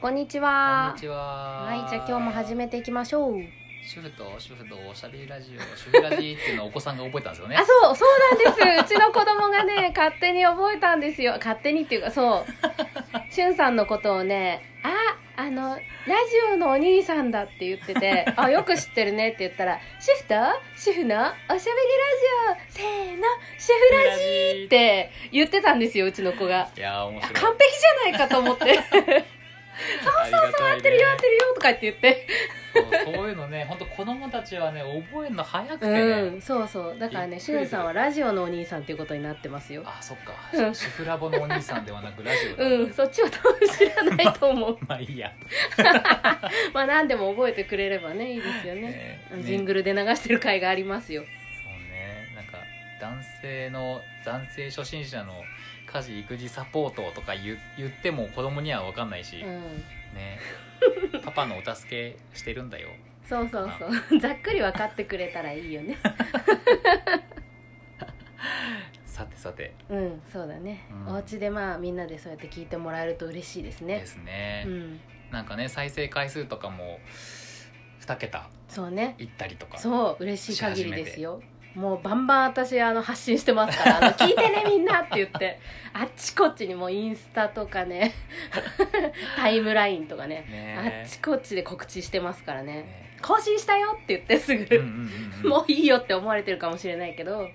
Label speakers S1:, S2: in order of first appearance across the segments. S1: こんにち
S2: こん
S1: は
S2: にちは。
S1: はいじゃあ今日も始めていきましょう
S2: 主婦と主婦とおしゃべりラジオ、主婦ラジっていうのをお子さんが覚えたんですよね
S1: あ。そうそうなんですうちの子供が ね勝手に覚えたんですよ勝手にっていうかそうしゅんさんのことをねああのラジオのお兄さんだって言ってて「あよく知ってるね」って言ったら「主婦と主婦のおしゃべりラジオせーの主婦ラジ
S2: ジ
S1: オ」っ
S2: ー。
S1: て言ってたんですようちの子が
S2: いやー面
S1: あ
S2: 白い。
S1: 完璧じゃないかと思って 「
S2: そうそうそう、合
S1: 合ってるよ合ってるよ」とかって言って
S2: そうそういうのね、本当子供たちはね、覚えるの早くて
S1: う
S2: ね。
S1: んそうそうだから
S2: び
S1: ね
S2: っ
S1: しゅ
S2: くりする
S1: んさんはラジオのお兄さんっていうことになってますよ
S2: あ、そっ
S1: う
S2: か。
S1: ん
S2: 主婦ラボのお兄さんではなくラジオだ。
S1: うん、そっちは多分知らないと思う
S2: まあいいや。
S1: まあ何でも覚えてくれればねいいですよね
S2: ね
S1: あのジン
S2: ね
S1: グルで流してる回がありますよ
S2: そうね、なんか男性の男性初心者の家事育児サポートとか言言っても子供には分かんないし、
S1: うん
S2: ね。パパのお助けしてるんだよ。
S1: そうそうそう ざっくり分かってくれたらいいよ ね
S2: さてさて。
S1: うんそうだね、
S2: うん
S1: お家でまあみんなでそうやって聞いてもらえると嬉しいですね
S2: ですね、
S1: うん
S2: なんかね再生回数とかも2桁
S1: そうね
S2: いったりとか
S1: そう嬉しい限りですよもうバンバン私あの発信してますからあの聞いてねみんなって言って あっちこっちにもうインスタとかね タイムラインとかねあ
S2: ね
S1: っちこっちで告知してますからね
S2: ね
S1: 更新したよって言ってす
S2: うんう
S1: ぐ、
S2: んうんう ん
S1: もういいよって思われてるかもしれないけど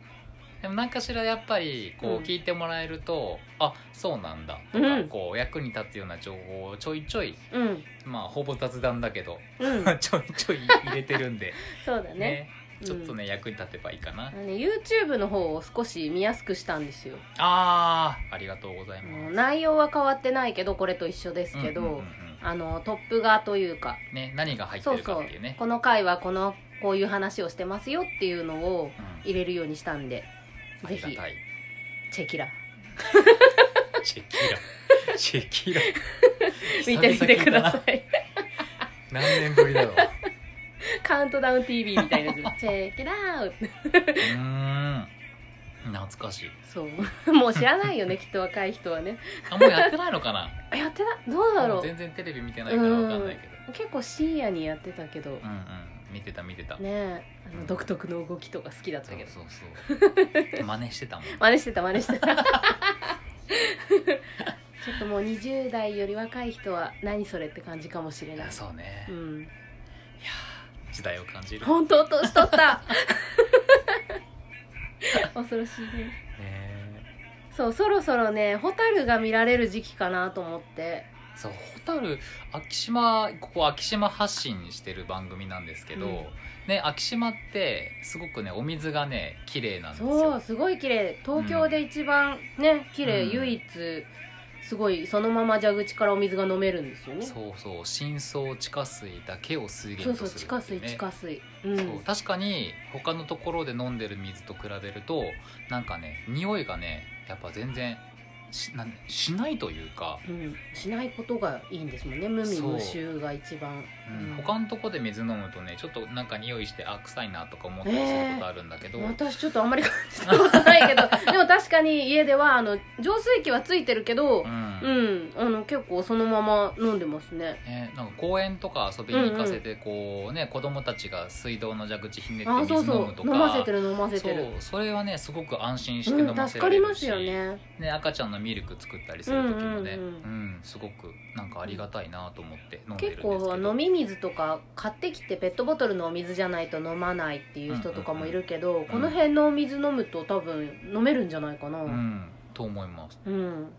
S2: でも何かしらやっぱり
S1: う
S2: こ
S1: ん
S2: う聞いてもらえると、あそうなんだとか、
S1: うん
S2: こう役に立つような情報をちょいちょい
S1: うん
S2: まあほぼ雑談だけど
S1: うん
S2: ちょいちょい入れてるんで
S1: そうだ
S2: ね
S1: ね
S2: ちょっとね、役に立てばいいかな、
S1: あのね YouTube の方を少し見やすくしたんですよ、
S2: あーありがとうございます、
S1: もう内容は変わってないけどこれと一緒ですけど、
S2: うんうんうんうん
S1: あのトップがというか
S2: ね何が入って
S1: そう
S2: るか
S1: そう
S2: っていうね
S1: この回はこのこういう話をしてますよっていうのを
S2: うん
S1: 入れるようにしたんで
S2: あ
S1: ぜ
S2: りが
S1: ひ
S2: たい
S1: チェキラ
S2: チェキラチェキラ
S1: 見てみてくださ
S2: い
S1: い
S2: 何年ぶりだろう
S1: カウントダウン TV みたいなやつチェキラー
S2: うーん懐かしい
S1: そうもう知らない よねきっと若い人はね
S2: あもうやってないのかな
S1: あやってないどうだろ
S2: も
S1: う
S2: う全然テレビ見てないからわかんないけど
S1: 結構深夜にやってたけど
S2: うんうん見てた見てた、
S1: ねえあの独特の動きとか好きだった
S2: そう
S1: けど
S2: そうそう真似してたもん
S1: 真似してた真似して たちょっともう20代より若い人は何それって感じかもしれない
S2: そうね、
S1: う
S2: い
S1: ん
S2: やー時代を感じる、ね
S1: 本当年取った恐ろしいねそうそろそろねホタルが見られる時期かなと思って
S2: そうホタル昭島ここ昭島発信してる番組なんですけど、
S1: うん
S2: ね昭島ってすごくねお水がね綺麗なんです
S1: そう
S2: よ
S1: すごい綺麗東京で一番ね綺麗、
S2: うん
S1: 唯一すごいそのまま蛇口からお水が飲めるんですよね
S2: そうそう深層地下水だけを水
S1: そう
S2: 源
S1: そ
S2: と
S1: う
S2: する
S1: 地
S2: って
S1: 下水地
S2: いうね
S1: 下水うん
S2: そう確かに他のところで飲んでる水と比べるとなんかね匂いがねやっぱ全然しなんしないというか、
S1: うん、しないことがいいんですもんね無味無臭が一番
S2: うん
S1: うん
S2: 他のとこで水飲むとねちょっとなんか匂いしてあ臭いなとか思ったりすることあるんだけど、
S1: 私ちょっとあんまり感じたことないけどでも確かに家ではあの浄水器はついてるけど
S2: うん
S1: うん、あの結構そのまま飲んでますね
S2: ね、なんか公園とか遊びに行かせてこうね子供たちが水道の蛇口ひねって
S1: あ
S2: 水
S1: そう
S2: 飲
S1: そ
S2: むと
S1: う
S2: か
S1: 飲ませてる飲ませてる
S2: そうそれはねすごく安心して
S1: う
S2: 飲ま
S1: ん
S2: せ
S1: 助
S2: ら
S1: か
S2: れ
S1: り
S2: る
S1: ます
S2: し、
S1: よね
S2: ね、赤ちゃんのミルク作ったりする時もね、
S1: う
S2: うんん
S1: うん
S2: すごくなんかありがたいなと思って飲んでるん
S1: 結
S2: ですけど
S1: 構飲み水とか買ってきてペットボトルのお水じゃないと飲まないっていう人とかもいるけど、この辺のお水飲むと多分飲めるんじゃないかな
S2: う
S1: うん、
S2: んと思います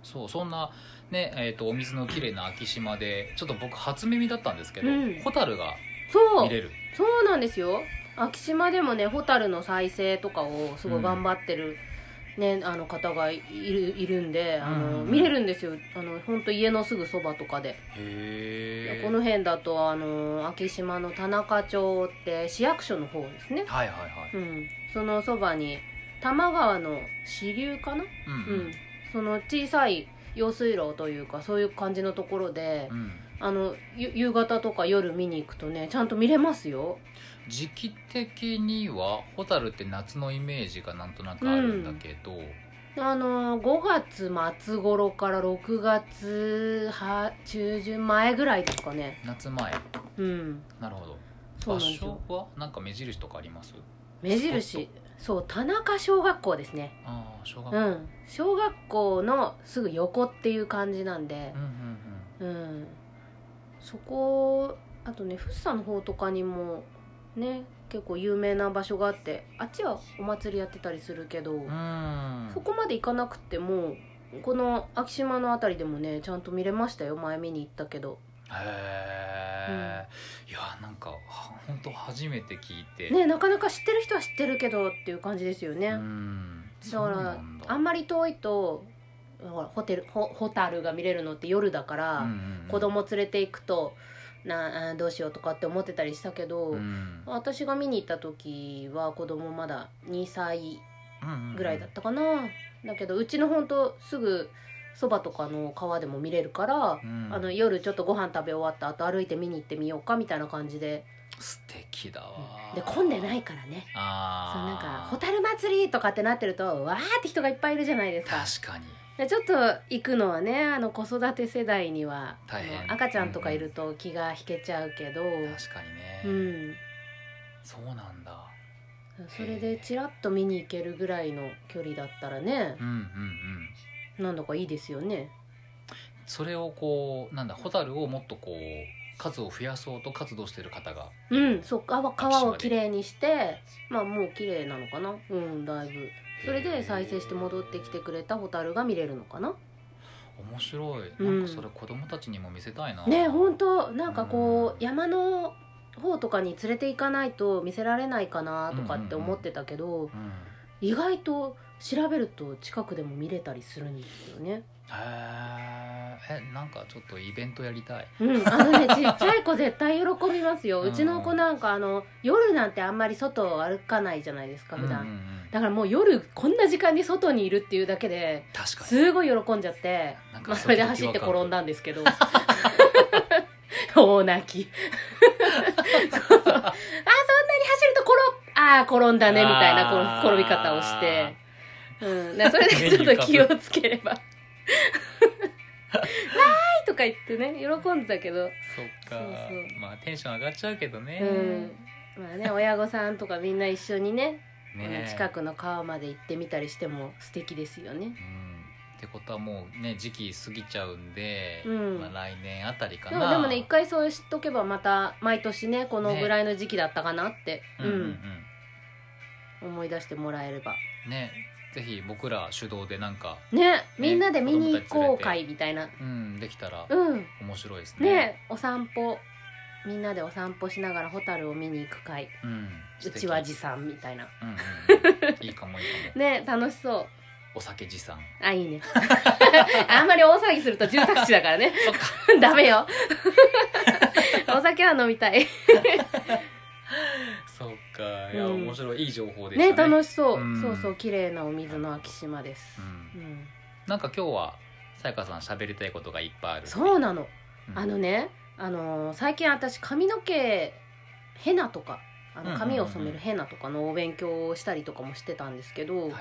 S2: そうそんなねえー、とお水の綺麗な昭島でちょっと僕初耳だったんですけど、
S1: うん
S2: ホタルが
S1: そ
S2: 見
S1: う
S2: れる
S1: そうなんですよ昭島でもねホタルの再生とかをすごい頑張ってる、ね、あの方がいるいるんであの、
S2: うん
S1: 見れるんですよあの本当家のすぐそばとかで、
S2: へえ
S1: この辺だとあの昭島の田中町って市役所の方ですね、
S2: はいはいはい
S1: うん、そのそばに多摩川の支流かな、
S2: う
S1: うんその小さい用水路というかそういう感じのところで、
S2: うん、うん、
S1: あのゆ夕方とか夜見に行くとねちゃんと見れますよ
S2: 時期的にはホタルって夏のイメージがなんとなくあるんだけど、
S1: あの5月末頃から6月は中旬前ぐらいですかね
S2: 夏前
S1: うん
S2: なるほど
S1: そうな
S2: 場
S1: んですよ
S2: 所はなんか目印とかあります
S1: 目
S2: ス
S1: 印そう田中小学校ですね
S2: ああ小学校、
S1: う
S2: うん、うん
S1: ん小学校のすぐ横っていう感じなんで
S2: うん
S1: うんそこあとね福生の方とかにもね結構有名な場所があってあっちはお祭りやってたりするけど、
S2: うんうん
S1: そこまで行かなくてもこの昭島のあたりでもねちゃんと見れましたよ前見に行ったけど
S2: へえ、いやなんか本当初めて聞いて
S1: ねなかなか知ってる人は知ってるけどっていう感じですよね、
S2: うん
S1: だ
S2: そ
S1: か
S2: う
S1: ら
S2: なんだ
S1: あんまり遠いとほらホテルホホタルが見れるのって夜だから、
S2: うんうんうん
S1: 子供連れて行くとなあーどうしようとかって思ってたりしたけど、
S2: うん
S1: 私が見に行った時は子供まだ2歳
S2: うんうん
S1: ぐらいだったかな、だけどうちのほんとすぐそばとかの川でも見れるから、
S2: うん
S1: あの夜ちょっとご飯食べ終わった後歩いて見に行ってみようかみたいな感じで、
S2: 素敵だわ
S1: で混んでないいからねそう
S2: ああ
S1: なんか「蛍祭り」とかってなってるとわーって人がいっぱいいるじゃないですか
S2: 確かに
S1: でちょっと行くのはねあの子育て世代には
S2: 大変
S1: あの赤ちゃんとかいると気が引けちゃうけど、
S2: 確かにね、
S1: うん、
S2: そうなんだ
S1: それでちらっと見に行けるぐらいの距離だったらね
S2: うんうんうん
S1: なんだかいいですよね
S2: それをこうなんだ蛍をもっとこう数を増やそうと活動している方が
S1: うんそう川川をきれいにしてまあもうきれいなのかなうんだいぶそれで再生して戻ってきてくれた蛍が見れるのかな
S2: 面白い
S1: うん
S2: なんかそれ子供たちにも見せたいな、
S1: ね本当なんかこう、
S2: うん
S1: 山の方とかに連れて行かないと見せられないかなとかって思ってたけど、
S2: うん、へ
S1: 意外と調べると近くでも見れたりするんですよね。
S2: ーえなんかちょっとイベントやりたい
S1: うん、 あのねちっちゃい子絶対喜びますよ。
S2: うん
S1: うちの子なんかあの夜なんてあんまり外を歩かないじゃないですか普段、
S2: うんうんうん
S1: だからもう夜こんな時間に外にいるっていうだけで
S2: 確かに
S1: すごい喜んじゃって、
S2: なん
S1: まあ、
S2: か
S1: それで走って転んだんですけど 大泣き そうあそんなに走ると転ああ転んだねみたいな
S2: あー
S1: 転転び方をして、うん、だからそれでちょっと気をつけれ ばわーいとか言ってね喜んでたけど、
S2: そっか
S1: そうそ
S2: まあテンション上がっちゃうけどね、
S1: うんまあね親御さんとかみんな一緒にね
S2: ね
S1: 近くの川まで行ってみたりしても素敵ですよね。
S2: うんってことはもうね時期過ぎちゃうんで、
S1: うん
S2: まあ、来年あたりか
S1: で
S2: な
S1: もでもね一回そう知っとけばまた毎年ねこのぐらいの時期だったかなって、
S2: うんうん
S1: うん、思い出してもらえれば
S2: うんねぜひ僕ら主導でなんか、
S1: ねみんなで見に行こう会みたいな
S2: うん、できたら
S1: うん
S2: 面白いですね
S1: ねお散歩みんなでお散歩しながら蛍を見に行く会
S2: うん、素
S1: う
S2: 敵
S1: ちは持参みたいな
S2: うんう んうんいいかもいいかも
S1: ね楽しそう
S2: お酒持参
S1: あいいね あんまり大騒ぎすると住宅地だからね ダメよお酒は飲みたい
S2: そっかいや、
S1: うん
S2: 面白いいい情報でした
S1: ね
S2: ね
S1: 楽しそう、
S2: うん
S1: そうそう綺麗なお水の昭島です
S2: う、、
S1: うんん、
S2: なんか今日はさやかさん喋りたいことがいっぱいある
S1: そううなの
S2: ん
S1: あのね、あのー最近私髪の毛ヘナとかあ
S2: うんうんうんう
S1: の
S2: ん
S1: 髪を染めるヘナとかのお勉強をしたりとかもしてたんですけど、
S2: はい
S1: い
S2: は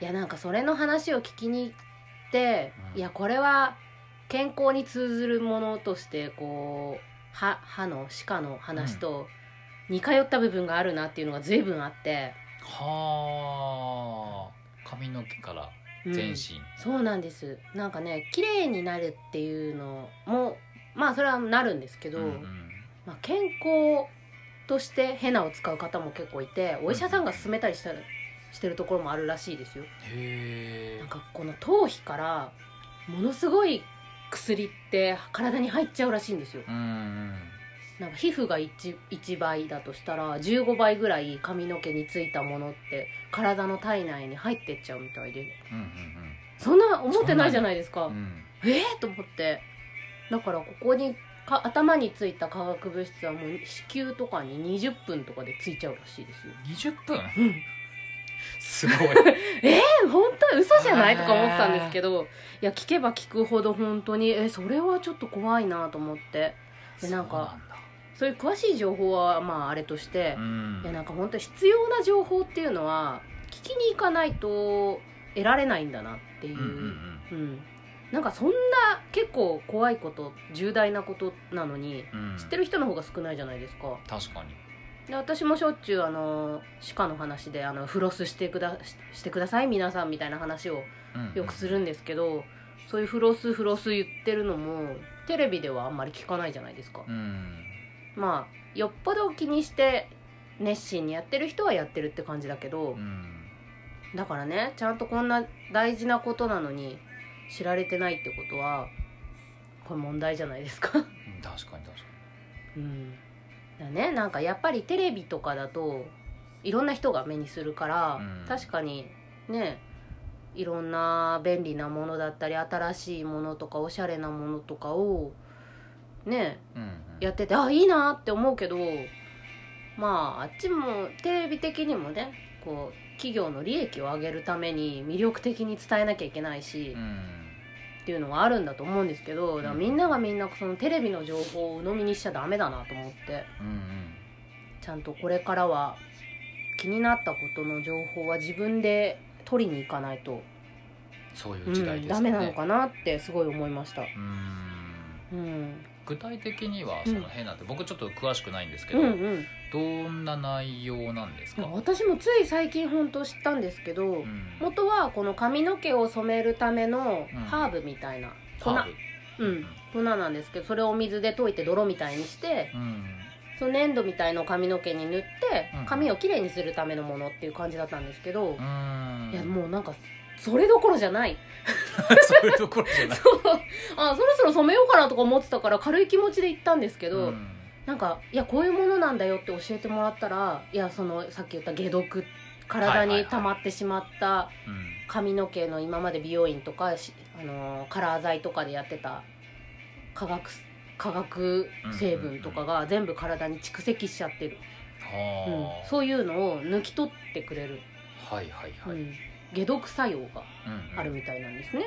S2: い
S1: やなんかそれの話を聞きに行って、
S2: うん
S1: いやこれは健康に通ずるものとしてこう歯歯の歯科の話と似通った部分があるなっていうのが随分あって、
S2: はあ髪の毛から
S1: うん
S2: 全身、
S1: そうなんですなんかね綺麗になるっていうのもまあそれはなるんですけど、
S2: うんうん
S1: まあ、健康としてヘナを使う方も結構いてお医者さんが勧めたりしたしてるところもあるらしいですよ
S2: へえ
S1: なんかこの頭皮からものすごい薬って体に入っちゃうらしいんですよ
S2: うんうん
S1: なんか皮膚が 1, 1倍だとしたら15倍ぐらい髪の毛についたものって体の体内に入ってっちゃうみたいで
S2: うん
S1: そんな思ってないじゃないですか
S2: うんうんうん
S1: えー、と思ってだからここにか頭についた化学物質はもう子宮とかに20分とかでついちゃうらしいですよ、
S2: 20分
S1: うん、
S2: すご い
S1: え本当嘘じゃない
S2: へー
S1: とか思ってたんですけどいや聞けば聞くほど本当にえそれはちょっと怖いなと思ってでなん
S2: そう
S1: か
S2: なんだ
S1: そういう詳しい情報はまああれとして
S2: う、ん
S1: いやなんか本当必要な情報っていうのは聞きに行かないと得られないんだなっていうう、
S2: んうんうん
S1: うんなんかそんな結構怖いこと重大なことなのに
S2: うん
S1: 知ってる人の方が少ないじゃないですか
S2: 確かに
S1: で私もしょっちゅうあの歯科の話であのフロスしてくだししてください皆さんみたいな話を
S2: うん
S1: よくするんですけどそういうフロスフロス言ってるのもテレビではあんまり聞かないじゃないですか
S2: うん
S1: まあよっぽど気にして熱心にやってる人はやってるって感じだけど
S2: うん
S1: だからねちゃんとこんな大事なことなのに知られてないってことはこれ問題じゃないですか
S2: うん確かに確かに
S1: うんだねなんかやっぱりテレビとかだといろんな人が目にするから、
S2: うん
S1: 確かにねいろんな便利なものだったり新しいものとかおしゃれなものとかをね
S2: うんうん
S1: やっててあいいなって思うけどまああっちもテレビ的にもねこう企業の利益を上げるために魅力的に伝えなきゃいけないし
S2: う、ん
S1: っていうのはあるんだと思うんですけどだからみんながみんなそのテレビの情報を鵜呑みにしちゃダメだなと思って
S2: うんうん
S1: ちゃんとこれからは気になったことの情報は自分で取りに行かないと、
S2: そういうう時代
S1: ん、
S2: です
S1: ダ
S2: よ
S1: メ
S2: ね
S1: なのかなってすごい思いました。
S2: うん
S1: うん、
S2: 具体的には
S1: う
S2: そ
S1: ん
S2: の変なんて、僕ちょっと詳しくないんですけ
S1: う
S2: ど、
S1: んうん
S2: どんな内容なんですか、
S1: 私もつい最近本当知ったんですけど、
S2: うん
S1: 元はこの髪の毛を染めるための
S2: うん
S1: ハーブみたいな粉、
S2: ハーブ
S1: うん、粉なんですけどそれをお水で溶いて泥みたいにして
S2: うん
S1: その粘土みたいのを髪の毛に塗って
S2: うん
S1: 髪をきれいにするためのものっていう感じだったんですけど
S2: う、ん
S1: いやもうなんかそれどころじゃない
S2: そういうところじゃない
S1: あそろそろ染めようかなとか思ってたから軽い気持ちで行ったんですけど、
S2: うん
S1: なんかいやこういうものなんだよって教えてもらったらいやそのさっき言った解毒体
S2: はいはい
S1: に
S2: はい
S1: 溜まってしまった、
S2: うん
S1: 髪の毛の今まで美容院とか、しあのーカラー剤とかでやってた化学化学成分とかが全部体に蓄積しちゃってる、うん
S2: はあ、
S1: そういうのを抜き取ってくれる、
S2: はいはいはい、
S1: うん解毒作用があるみたいなんですね、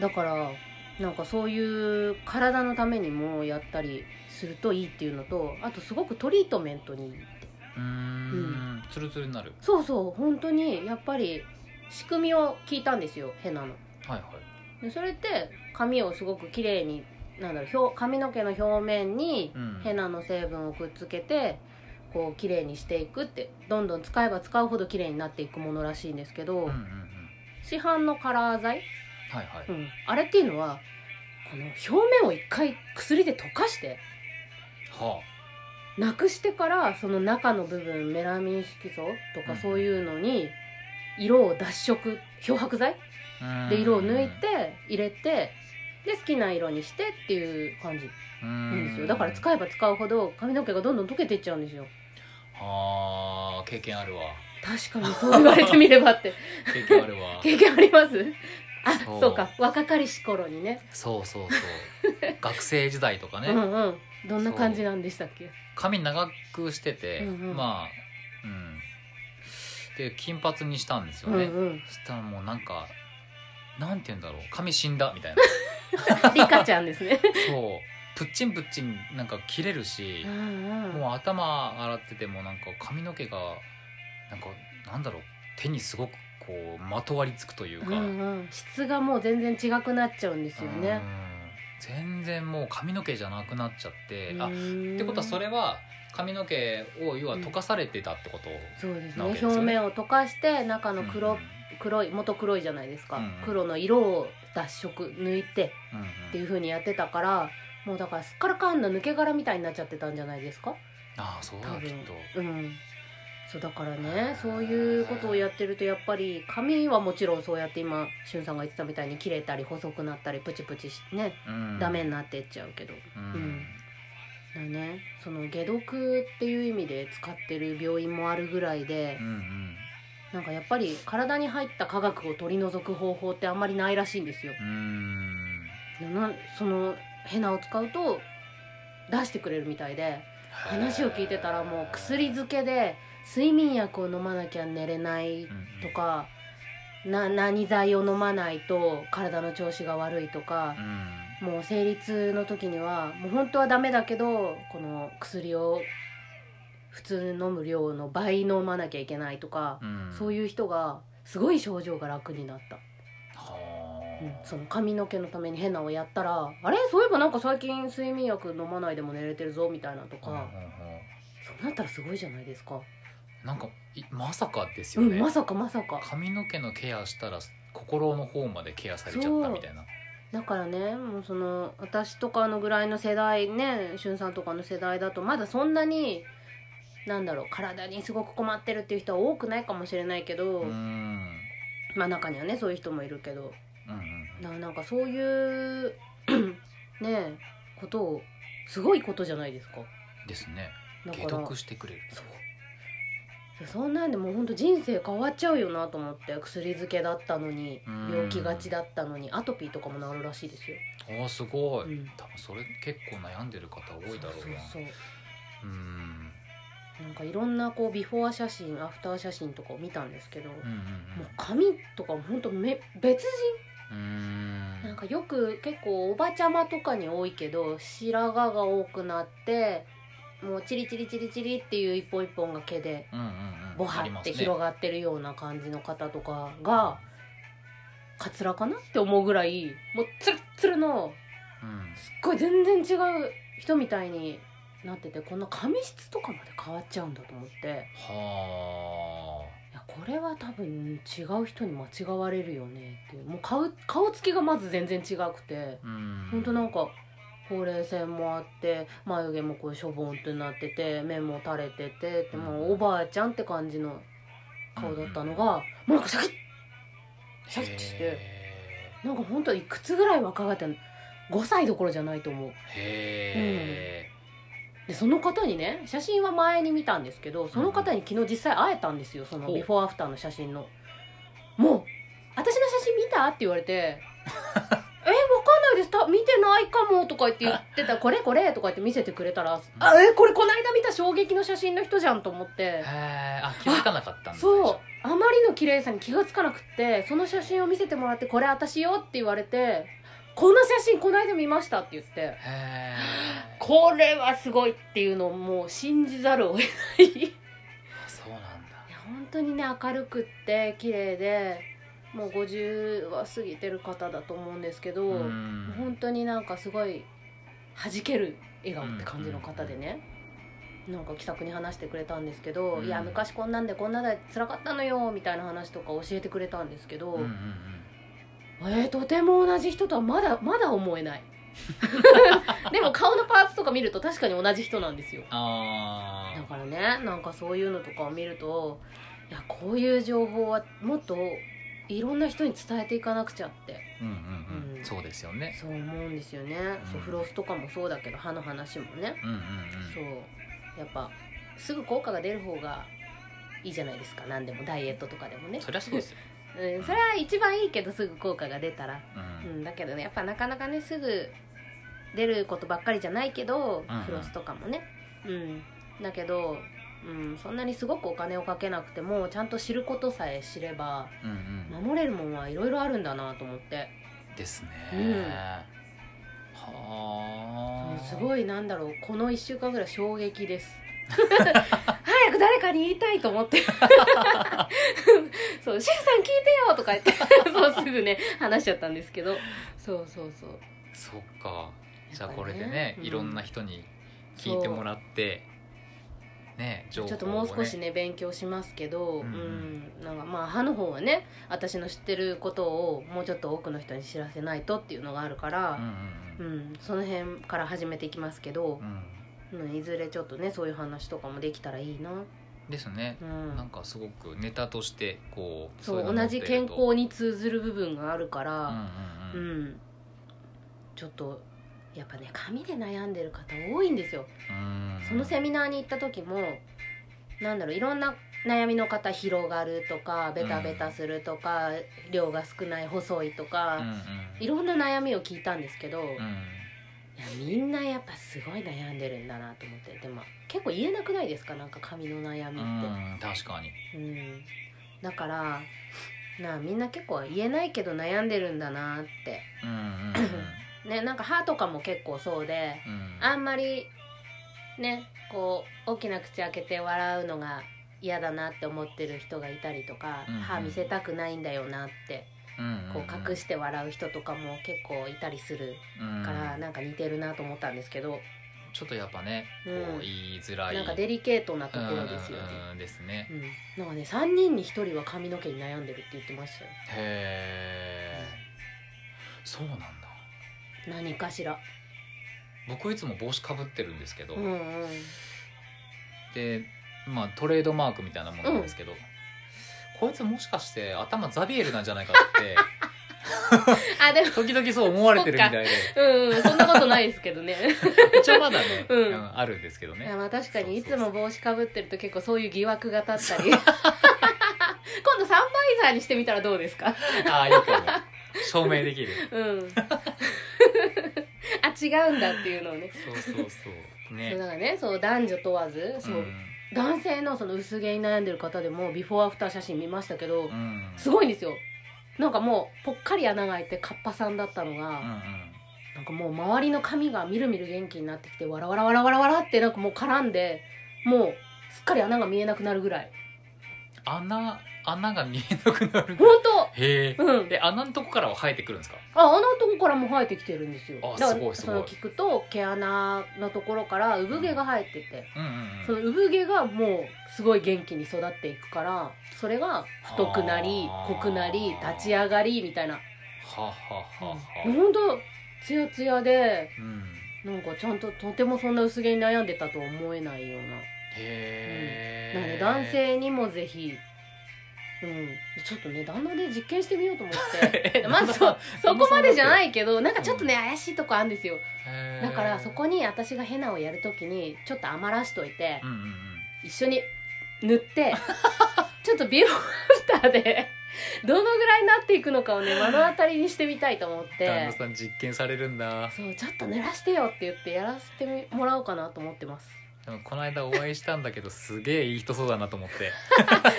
S1: だからなんかそういう体のためにもやったりするといいっていうのとあとすごくトリートメントにいいって
S2: うんうんつるつるになる
S1: そうそう本当にやっぱり仕組みを聞いたんですよヘナの。
S2: はいはい
S1: でそれって髪をすごく綺麗になんだろう表髪の毛の表面に
S2: うん
S1: ヘナの成分をくっつけてこう綺麗にしていくってどんどん使えば使うほど綺麗になっていくものらしいんですけど、
S2: うんうんうん
S1: 市販のカラー剤、
S2: はいはい、
S1: うん、あれっていうのはこの表面を一回薬で溶かして
S2: は
S1: なくしてからその中の部分メラミン色素と
S2: う
S1: か
S2: ん
S1: そういうのに色を脱色漂白剤
S2: あ
S1: で色を抜いて入れてで好きな色にしてっていう感じ
S2: うん
S1: なんですよだから使えば使うほど髪の毛がどんどん溶けていっちゃうんですよ
S2: はあ経験あるわ
S1: 確かにそう言われてみればって
S2: 経験あるわ
S1: 経験ありますあ
S2: そ
S1: そううか若かりし頃にね
S2: そうそうそう 学生時代とかね、
S1: うんうんどんな感じなんでしたっけ
S2: 髪長くしてて、
S1: うんうん
S2: まあうんで金髪にしたんですよ
S1: う,、
S2: ね、
S1: んうん
S2: そしたらもうなんかなんて言うんだろう髪死んだみ たいな
S1: リカちゃんですね
S2: そうプッチンプッチンなんか切れるし
S1: うん、うん
S2: もう頭洗っててもなんか髪の毛がなんかなんだろう手にすごくこうまとわりつくというか、
S1: うんうん質がもう全然違くなっちゃうんですよね
S2: うん全然もう髪の毛じゃなくなっちゃって、あっ
S1: って
S2: ことはそれは髪の毛を要は溶かされてたってこと、
S1: そうです
S2: な
S1: ね
S2: わけですよね
S1: 表面を溶かして中の黒
S2: うん
S1: 黒い元黒いじゃないですか、
S2: うんうん
S1: 黒の色を脱色抜いて
S2: うんうん
S1: っていう風にやってたからもうだからすっからかんの抜け殻みたいになっちゃってたんじゃないですか
S2: ああそうだ
S1: 多
S2: きっ
S1: 分
S2: と
S1: うんそうだからねそういうことをやってるとやっぱり髪はもちろんそうやって今しゅんさんが言ってたみたいに切れたり細くなったりプチプチしね
S2: うん
S1: ダメになってっちゃうけど、
S2: うん
S1: んだねその解毒っていう意味で使ってる病院もあるぐらいで
S2: うんうん
S1: なんかやっぱり体に入った化学を取り除く方法ってあんまりないらしいんですよ
S2: うーん
S1: なそのヘナを使うと出してくれるみたいで話を聞いてたらもう薬漬けで睡眠薬を飲まなきゃ寝れないとか、な何剤を飲まないと体の調子が悪いとか
S2: う、ん
S1: もう生理痛の時にはもう本当はダメだけどこの薬を普通に飲む量の倍飲まなきゃいけないとか、
S2: うん
S1: そういう人がすごい症状が楽になった、うん
S2: はあ、
S1: その髪の毛のためにヘナをやったらあれそういえばなんか最近睡眠薬飲まないでも寝れてるぞみたいなと
S2: うんうんう
S1: か、
S2: ん
S1: そうなったらすごいじゃないですか、
S2: なんかいまさかです
S1: う
S2: よね、
S1: んまさかまさか
S2: 髪の毛のケアしたら心の方までケアされちゃったみたいな
S1: だからねもうその私とかのぐらいの世代ねしゅんさんとかの世代だとまだそんなになんだろう体にすごく困ってるっていう人は多くないかもしれないけど、
S2: うーん
S1: まあ中にはねそういう人もいるけど
S2: うんうん
S1: ななんかそういう ねことをすごいことじゃないですか
S2: ですね
S1: だ
S2: 解
S1: から
S2: 毒してくれる
S1: そうそんなんでもうほんと人生変わっちゃうよなと思って薬漬けだったのに
S2: うん
S1: 病気がちだったのにアトピーとかも治るらしいですよ、
S2: ああすごい、
S1: うん
S2: 多分それ結構悩んでる方多いだろ
S1: そう
S2: うな
S1: そうそう
S2: うーん
S1: なんかいろんなこうビフォー写真アフター写真とかを見たんですけど、
S2: うんうん
S1: もう髪とかもほんとめ別
S2: うんうーん
S1: 人なんかよく結構おばちゃまとかに多いけど白髪が多くなってもうチリチリチリチリっていう一本一本が毛で
S2: うんうんうん
S1: ボハって広
S2: が
S1: がってるような感じの方とかが、カツラかなって思うぐらいもうツルッツルの
S2: うん
S1: すっごい全然違う人みたいになっててこんな髪質とかまで変わっちゃうんだと思って。
S2: はい
S1: やこれは多分違う人に間違われるよねっていうもう顔顔つきがまず全然違くて
S2: あうん
S1: ほんとなんかほうれい線もあって眉毛もこうしょぼんってなってて目も垂れててってもうおばあちゃんって感じの顔だったのが、もうなんかシャキッシャキッてして
S2: へ
S1: なんかほんといくつぐらい若返ったの5歳どころじゃないと思う
S2: ーへ
S1: でその方にね写真は前に見たんですけどその方に昨日実際会えたんですよその
S2: ほう
S1: ビフォーアフターの写真のもう「私の写真見た?」って言われ て「えわかんないですた見てないかも」とか言って言ってた「これこれ」とか言って見せてくれたら「あえこれこの間見た衝撃の写真の人じゃん」と思っ
S2: え
S1: て
S2: あ気づかなかったんだ
S1: そうあまりの綺麗さに気がつかなくってその写真を見せてもらって「これ私よ」って言われて「この写真この間見ました」って言って
S2: 最初へえ
S1: これはすごいっていうのをもう信じざるを得ないいや
S2: そうなんだ
S1: 本当にね明るくって綺麗でもう50は過ぎてる方だと思うんですけど、
S2: うん
S1: 本当になんかすごい弾ける笑顔って感じの方でね、なんか気さくに話してくれたんですけど「
S2: うん
S1: いや昔こんなんでこんなで辛かったのよ」みたいな話とか教えてくれたんですけど、
S2: うんうんうん
S1: えー、とても同じ人とはまだまだ思えない でも顔のパーツとか見ると確かに同じ人なんですよ
S2: あ
S1: だ
S2: あ
S1: からねなんかそういうのとかを見るといやこういう情報はもっといろんな人に伝えていかなくちゃって
S2: うんうんう
S1: うんん
S2: そうですよね
S1: そう思うんですよね、そう
S2: うん
S1: フロスとかもそうだけど歯の話もね、
S2: うんうん
S1: そうやっぱすぐ効果が出る方がいいじゃないですか何でもダイエットとかでも
S2: う
S1: ね
S2: んそりゃそうですよ
S1: うん、それは一番いいけどすぐ効果が出たら、
S2: う
S1: うんん、だけどねやっぱなかなかねすぐ出ることばっかりじゃないけど、
S2: うんうん
S1: フロスとかもね、うん、だけど、うん、そんなにすごくお金をかけなくてもちゃんと知ることさえ知れば
S2: うんうん
S1: 守れるもんはいろいろあるんだなと思って、
S2: ですね
S1: うん
S2: は
S1: うん
S2: あ
S1: す
S2: い
S1: ごいなんだろうこの1週間ぐらい衝撃です 早く誰かに言いたいと思って そう「シュウさん聞いてよ」とか言って そうすぐね話しちゃったんですけどそうそうそう
S2: そっかじゃあ
S1: やっ
S2: こ
S1: ぱ
S2: れ
S1: り
S2: でねいろんな人に聞いてもらってね
S1: ち
S2: 情報を
S1: ょ
S2: ね
S1: っともう少しね勉強しますけど、
S2: う
S1: うんん
S2: うん
S1: なんかまあ歯の方はね私の知ってることをもうちょっと多くの人に知らせないとっていうのがあるか
S2: うん
S1: ら、う
S2: う
S1: んんその辺から始めていきますけど
S2: う、ん
S1: うんいずれちょっとねそういう話とかもできたらいいな、
S2: うんですね
S1: うん
S2: なんかすごくネタとしてこう
S1: そう
S2: いの
S1: 同
S2: 持って
S1: じ
S2: ると
S1: 健康に通ずる部分があるか
S2: うんうん
S1: ら、
S2: う
S1: うん
S2: ん
S1: ちょっとやっぱね髪で悩んでる方多いんですよ
S2: うん
S1: そのセミナーに行った時もなんだろういろんな悩みの方広がるとかベタベタするとか、量が少ない細いと
S2: うんう
S1: か、
S2: ん
S1: いろんな悩みを聞いたんですけど、
S2: う
S1: い
S2: ん
S1: やみんなやっぱすごい悩んでるんだなと思ってでも結構言えなくないですかなんか髪の悩みっ
S2: うん 確かに
S1: て、うんだからなあみんな結構言えないけど悩んでるんだなって
S2: うんうんうん
S1: ねなんか歯とかも結構そうで
S2: うん
S1: あんまりねこう大きな口開けて笑うのが嫌だなって思ってる人がいたりとか、
S2: うんうん
S1: 歯見せたくないんだよなって
S2: うん
S1: こう隠
S2: し
S1: して笑う人とかも結構いたりするから、なんか似てるなと思ったんですけど、
S2: ちょっとやっぱねこ
S1: うん
S2: う言いづらい、
S1: なんかデリケートなところですよね。
S2: うんですね
S1: うん、なんかね3人に1人は髪の毛に悩んでるって言ってましたよ
S2: へえそうなんだ
S1: 何かしら
S2: 僕いつも帽子かぶってるんですけど、
S1: うんうん
S2: でまあトレードマークみたいなものなんですけど、こいつもしかして頭ザビエルなんじゃないかっ
S1: あでも
S2: て時々そう思われてるみたいで
S1: うんうんそんなことないですけどね
S2: 一応まだね、
S1: うん
S2: うんあるんですけど
S1: い
S2: ね
S1: やまあ確かにい
S2: そうそ
S1: つ
S2: うそう
S1: も帽子かぶってると結構そういう疑惑が立 ったり今度サンバイザーにしてみたらどうですか
S2: ああいいかも証明できる
S1: うん あ違うんだっていうのをね
S2: そうそうそう
S1: そう
S2: ね
S1: だからねそう男女問わずそう、
S2: ん
S1: 男性のその薄毛に悩んでる方でもビフォーアフター写真見ましたけど、
S2: うん
S1: すごいんですよなんかもうぽっかり穴が開いてカッパさんだったのが、
S2: うんうん
S1: なんかもう周りの髪がみるみる元気になってきてわらわらわらわらわらってなんかもう絡んでもうすっかり穴が見えなくなるぐらい
S2: 穴穴が見えなくなる
S1: 本
S2: へえ
S1: 当うん
S2: で穴のとこからは生えてくるんですか
S1: ああのとこからも生えてきてるんですよだ
S2: あ
S1: から
S2: すごいすご
S1: そ
S2: い
S1: の聞くと毛穴のところから産毛が生えてて、
S2: うん
S1: その産毛がもうすごい元気に育っていくからそれが太くなり
S2: あー
S1: 濃くなり立ち上がりみたいな
S2: はははは
S1: 本当ツヤツヤで
S2: うん
S1: なんかちゃんととてもそんな薄毛に悩んでたとは思えないようななの
S2: へ
S1: で
S2: え
S1: 男性にもぜひ、うん、ちょっとね旦那で実験してみようと思って
S2: え
S1: まあ
S2: 旦
S1: そ
S2: 那
S1: そこまでじゃないけどなんかちょっとね怪しいとこあるんですよ
S2: へー
S1: だからそこに私がヘナをやるときにちょっと余らしといて
S2: うんうんうん
S1: 一緒に塗って ちょっとビフォーアフターで どのぐらいになっていくのかを ね目の当たりにしてみたいと思っ
S2: 旦那
S1: て
S2: さん実験されるんだ
S1: そうちょっと濡らしてよって言ってやらせてもらおうかなと思って ます
S2: でもこの間お会いしたんだけどすげえいい人そうだなと思って、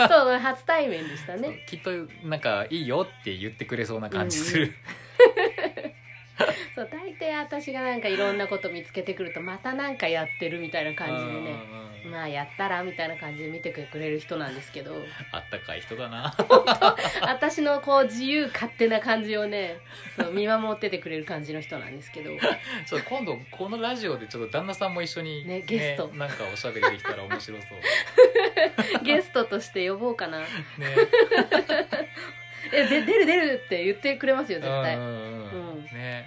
S1: そう初対面で したね
S2: きっとなんかいいよって言ってくれそうな感じする、
S1: そう大抵私がなんかいろんなこと見つけてくるとまたなんかやってるみたいな感じでね
S2: うんうんうん
S1: まあやったらみたいな感じで見てくれる人なんですけど
S2: あったかい人だな
S1: 私のこう自由勝手な感じをねそう見守っててくれる感じの人なんですけ ど
S2: ちょっと今度このラジオでちょっと旦那さんも一緒に
S1: ねゲスト
S2: なんかおしゃべりできたら面白 そう
S1: ゲストとして呼ぼうかな
S2: ね
S1: えで出る出るって言ってくれますよ絶対
S2: うんうんうん
S1: うん
S2: ね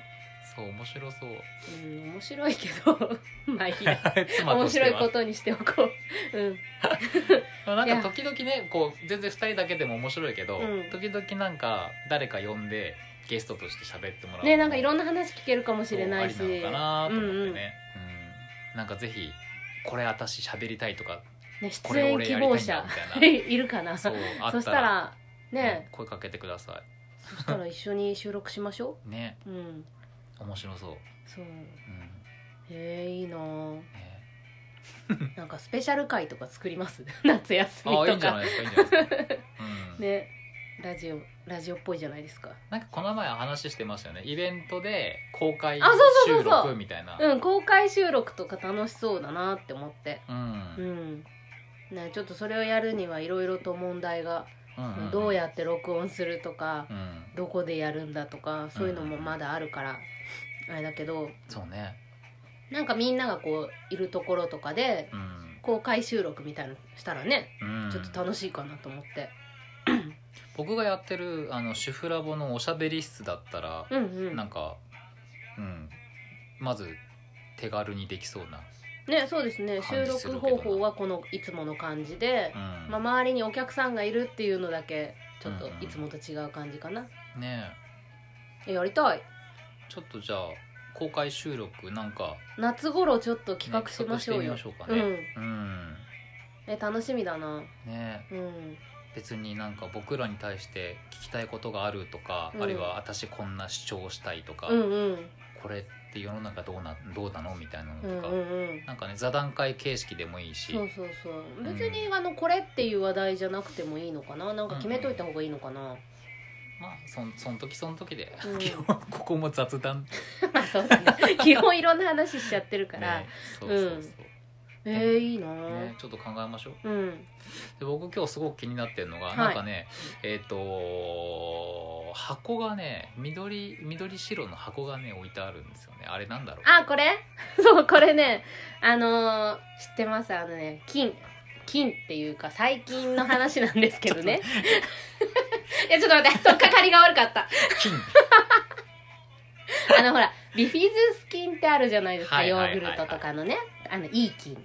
S2: そう面白そう
S1: うん面白いけど まあいいや
S2: 妻と
S1: 面
S2: しては
S1: 白いことにしておこううん
S2: なん
S1: いや
S2: か時々ねこう全然2人だけでも面白いけど、
S1: うん
S2: 時々なんか誰か呼んでゲストとして喋ってもらう
S1: ねなんかいろ
S2: んなん
S1: な話聞けるかもしれないし
S2: ありなのかなと思ってね、
S1: うんう
S2: う
S1: んん
S2: なんかぜひこれ私喋りたいとか
S1: ね
S2: こ
S1: 出
S2: れ
S1: 演
S2: 俺
S1: 希
S2: やりた
S1: 望
S2: いんだ
S1: 者
S2: みた い
S1: いるかな
S2: なそうあったら
S1: そしたらね
S2: 声かけてくださ
S1: そしたら一緒に収録しましょ
S2: いね
S1: う。うん、
S2: 面白そう、
S1: そう。
S2: うん
S1: へえいいなぁ。
S2: ね、
S1: なんかスペシャル回とか作ります。 夏休み
S2: ああいい
S1: と
S2: んじゃ
S1: か
S2: な。いですかいいんじゃない ですか、うん
S1: ね、ラジオラジオっぽいじゃないですか。
S2: なんかこの前話してましたよねイベントで公開
S1: あそうそうそ
S2: 収
S1: うそう
S2: 録みたいな
S1: うん、公開収録とか楽しそうだなって思って。
S2: うん
S1: うん。ね、ちょっとそれをやるにはいろいろと問題が、
S2: うんうん
S1: どうやって録音するとか、
S2: うん
S1: どこでやるんだとかそういうのもまだあるから、あれだけど
S2: そうね
S1: なんかみんながこういるところとかで
S2: うん、
S1: 公開収録みたいなのしたらね
S2: うん、
S1: ちょっと楽しいかなと思って。
S2: 僕がやってるあの主婦ラボのおしゃべり室だったら、
S1: うんうん。
S2: なんかうんまず手軽にできそうな、
S1: ね、そうですね。
S2: 感
S1: 収
S2: じするけ
S1: 録
S2: どな
S1: 方法はこのいつもの感じで
S2: う、ん
S1: まあ周りにお客さんがいるっていうのだけちょっ
S2: う
S1: と
S2: んうん
S1: いつもと違う感じかな。
S2: ね
S1: えやりたい。
S2: えちょっとじゃあ公開収録なんか、
S1: 夏頃ちょっと企画
S2: ね
S1: しましょうよ。
S2: 企画してみましょうかねうん、
S1: うん。え楽しみだな。
S2: ねえ
S1: うん。
S2: 別になんか僕らに対して聞きたいことがあるとか、
S1: うん
S2: あるいは私こんな主張したいとか、
S1: うんうん
S2: これって世の中どうなどうなのみたいなの
S1: う
S2: と
S1: ん
S2: か、
S1: うんうん。
S2: なんかね座談会形式でもいいし
S1: そうそうそう。別にあのこれっていう話題じゃなくてもいいのかな。なんか決めといた方がいいのかな。
S2: まあそんその時その時で、
S1: うん
S2: 基本ここも雑談
S1: まあそうだね。基本いろんな話しちゃってるから。
S2: ねそうそうそう、
S1: ええー、いいな、
S2: ね、ちょっと考えましょう
S1: うん
S2: で僕今日すごく気になってるのが、
S1: はい
S2: なんかねえっ、と箱がね緑緑白の箱がね置いてあるんですよねあれなんだろう
S1: あこれ そうこれねあのー知ってますあのね金金っていうか最近の話なんですけどね いやちょっと待って取っかかりが悪かった
S2: 金
S1: あのほらビフィズス菌ってあるじゃないですか
S2: はい
S1: ヨ
S2: はいはい
S1: ー
S2: はい
S1: グルトとかのねあのいい菌
S2: うん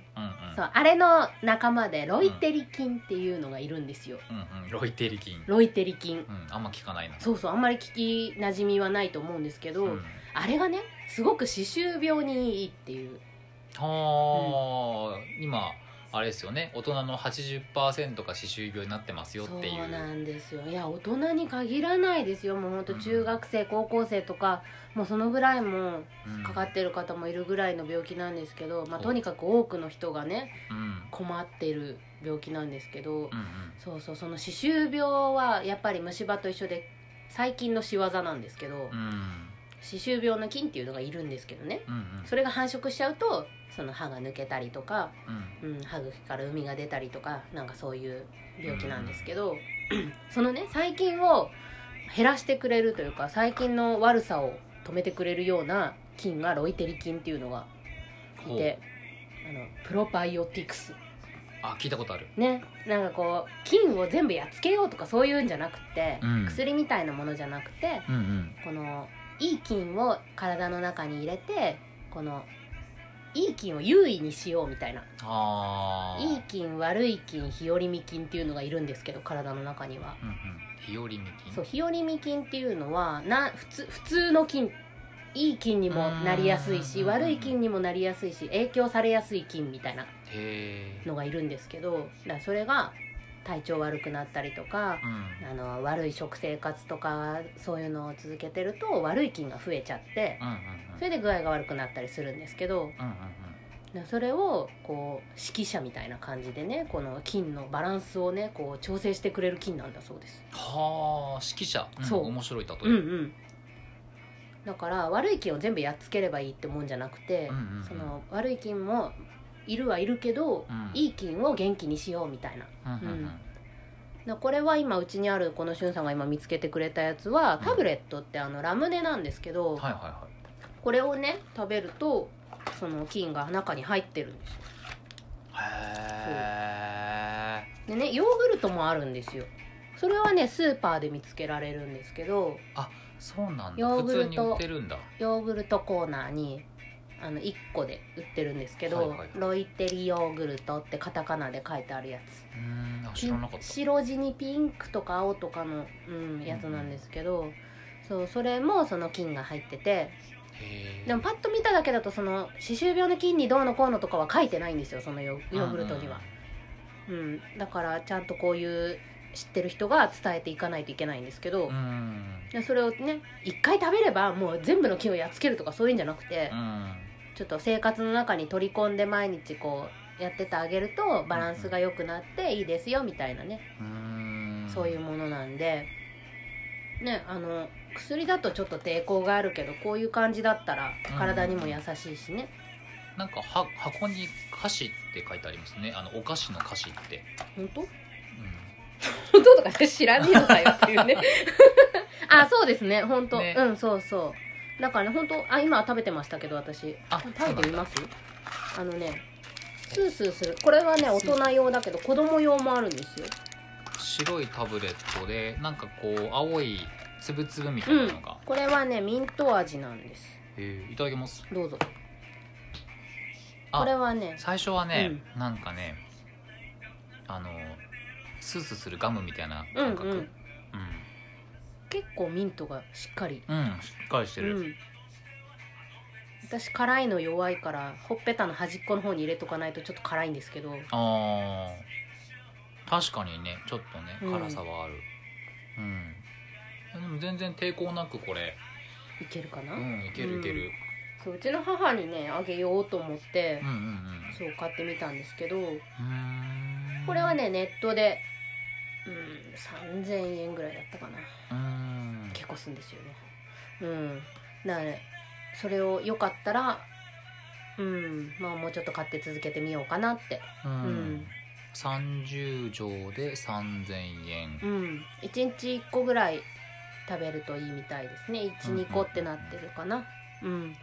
S1: そうあれの仲間でロイテリ菌っていうのがいるんですよ
S2: うんうんうんロイテリ金
S1: ロイテリ菌
S2: うんあんま聞かないな
S1: そうそうあんまり聞きなじみはないと思うんですけど、
S2: うん
S1: あれがねすごく歯周病にいいっていう
S2: はあ、今あれですよね大人の80%が歯周病になってますよっていう
S1: そうなんですよいや大人に限らないですよもうほんと中学生、高校生とかもうそのぐらいも
S2: うん
S1: かかってる方もいるぐらいの病気なんですけど、まあ、とにかく多くの人がね
S2: うんうん
S1: 困ってる病気なんですけど、
S2: うん
S1: そうそうその歯周病はやっぱり虫歯と一緒で細菌の仕業なんですけど、
S2: うん
S1: 歯周病の菌っていうのがいるんですけどね
S2: うんうん
S1: それが繁殖しちゃうとその歯が抜けたりとか、
S2: うん
S1: うん、歯茎から膿が出たりとかなんかそういう病気なんですけど、 そのね細菌を減らしてくれるというか細菌の悪さを止めてくれるような菌がロイテリ菌っていうのがい
S2: ほう
S1: てあのプロバイオティクス
S2: あ聞いたことある
S1: ねなんかこう菌を全部やっつけようとかそういうんじゃなくて、
S2: うん
S1: 薬みたいなものじゃなくて
S2: うんうん
S1: このいい菌を体の中に入れてこのいい菌を優位にしようみたいな
S2: ああ
S1: いい菌悪い菌日和見菌っていうのがいるんですけど体の中には
S2: うんうん日和見菌
S1: そう日和見菌っていうのはな普通普通の菌いい菌にもなりやすいし
S2: うん
S1: 悪い菌にもなりやすいし影響されやすい菌みたいな
S2: へえ
S1: のがいるんですけどだからそれが体調悪くなったりとか
S2: うん
S1: あの悪い食生活とかそういうのを続けてると悪い菌が増えちゃって
S2: うんうんうん
S1: それで具合が悪くなったりするんですけど
S2: うんうん
S1: でそれをこう指揮者みたいな感じでねこの菌のバランスをねこう調整してくれる菌なんだそうです
S2: はあ指揮者ん
S1: そう
S2: 面白い例え
S1: うんうんだから悪い菌を全部やっつければいいってもんじゃなくて、
S2: うんうんうん
S1: その悪い菌もいるはいるけど、
S2: うん
S1: いい菌を元気にしようみたいな
S2: うんうんうん
S1: だこれは今うちにあるこのしゅんさんが今見つけてくれたやつは
S2: うん
S1: タブレットってあのラムネなんですけど、
S2: はいはいはい
S1: これをね食べるとその菌が中に入ってるんですよ
S2: へえ
S1: でねヨーグルトもあるんですよそれはねスーパーで見つけられるんですけど
S2: そうなんだ
S1: ヨー
S2: 普
S1: グルト
S2: 通に売ってるんだ
S1: ヨーグルトコーナーにあの1個で売ってるんですけど、
S2: はいはいはい
S1: ロイテリヨーグルトってカタカナで書いてあるやつ
S2: うーんあ知らなかっ
S1: ピン
S2: た
S1: 白地にピンクとか青とかの、うん、やつなんですけど、そうそれもその菌が入ってて
S2: へえ
S1: でもパッと見ただけだとその歯周病の菌にどうのこうのとかは書いてないんですよそのヨーヨーグルトには、うんだからちゃんとこういう知ってる人が伝えていかないといけないんですけど、
S2: うんうん
S1: でそれをね一回食べればもう全部の菌をやっつけるとかそういうんじゃなくて、
S2: うん
S1: ちょっと生活の中に取り込んで毎日こうやっててあげるとバランスが良くなっていいですよみたいなね、
S2: うーん
S1: そういうものなんでねあの薬だとちょっと抵抗があるけどこういう感じだったら体にも優しいしね、
S2: なんかは箱に菓子って書いてありますねあのお菓子の菓子って、
S1: 本当
S2: う
S1: 本当とかって知らねえのかよっていうね あそうですね本当、
S2: ね
S1: うんそうそうだからね本当あ今食べてましたけど私
S2: あ
S1: 食べてみますあのねスースーするこれはね大人用だけど子供用もあるんですよ
S2: ん、白いタブレットでなんかこう青いつぶつぶみたいなのが、
S1: これはねミント味なんです
S2: えーいただきます
S1: どうぞ
S2: あ
S1: これはね
S2: 最初はね、なんかねあのスースーするガムみたいな
S1: うんう
S2: 感覚、うん
S1: ん結構ミントがしっかり
S2: うんしっかりしてる、
S1: うん私辛いの弱いからほっぺたの端っこの方に入れとかないとちょっと辛いんですけど
S2: あー確かにねちょっとね
S1: うん
S2: 辛さはあるうん、でも全然抵抗なくこれ
S1: いけるかな、
S2: う
S1: うん
S2: いけるいける、
S1: そううちの母にねあげようと思って
S2: うん、うんうん
S1: そう買ってみたんですけど
S2: うーん
S1: これはねネットでうん3000円ぐらいだったかな
S2: うーん
S1: 結構すんですよねうんだからねそれをよかったらうんまあもうちょっと買って続けてみようかなって
S2: うん
S1: うん
S2: 30錠で3000円
S1: うん1日1個ぐらい食べるといいみたいですね
S2: うんうんうん
S1: 12個ってなってるかなうん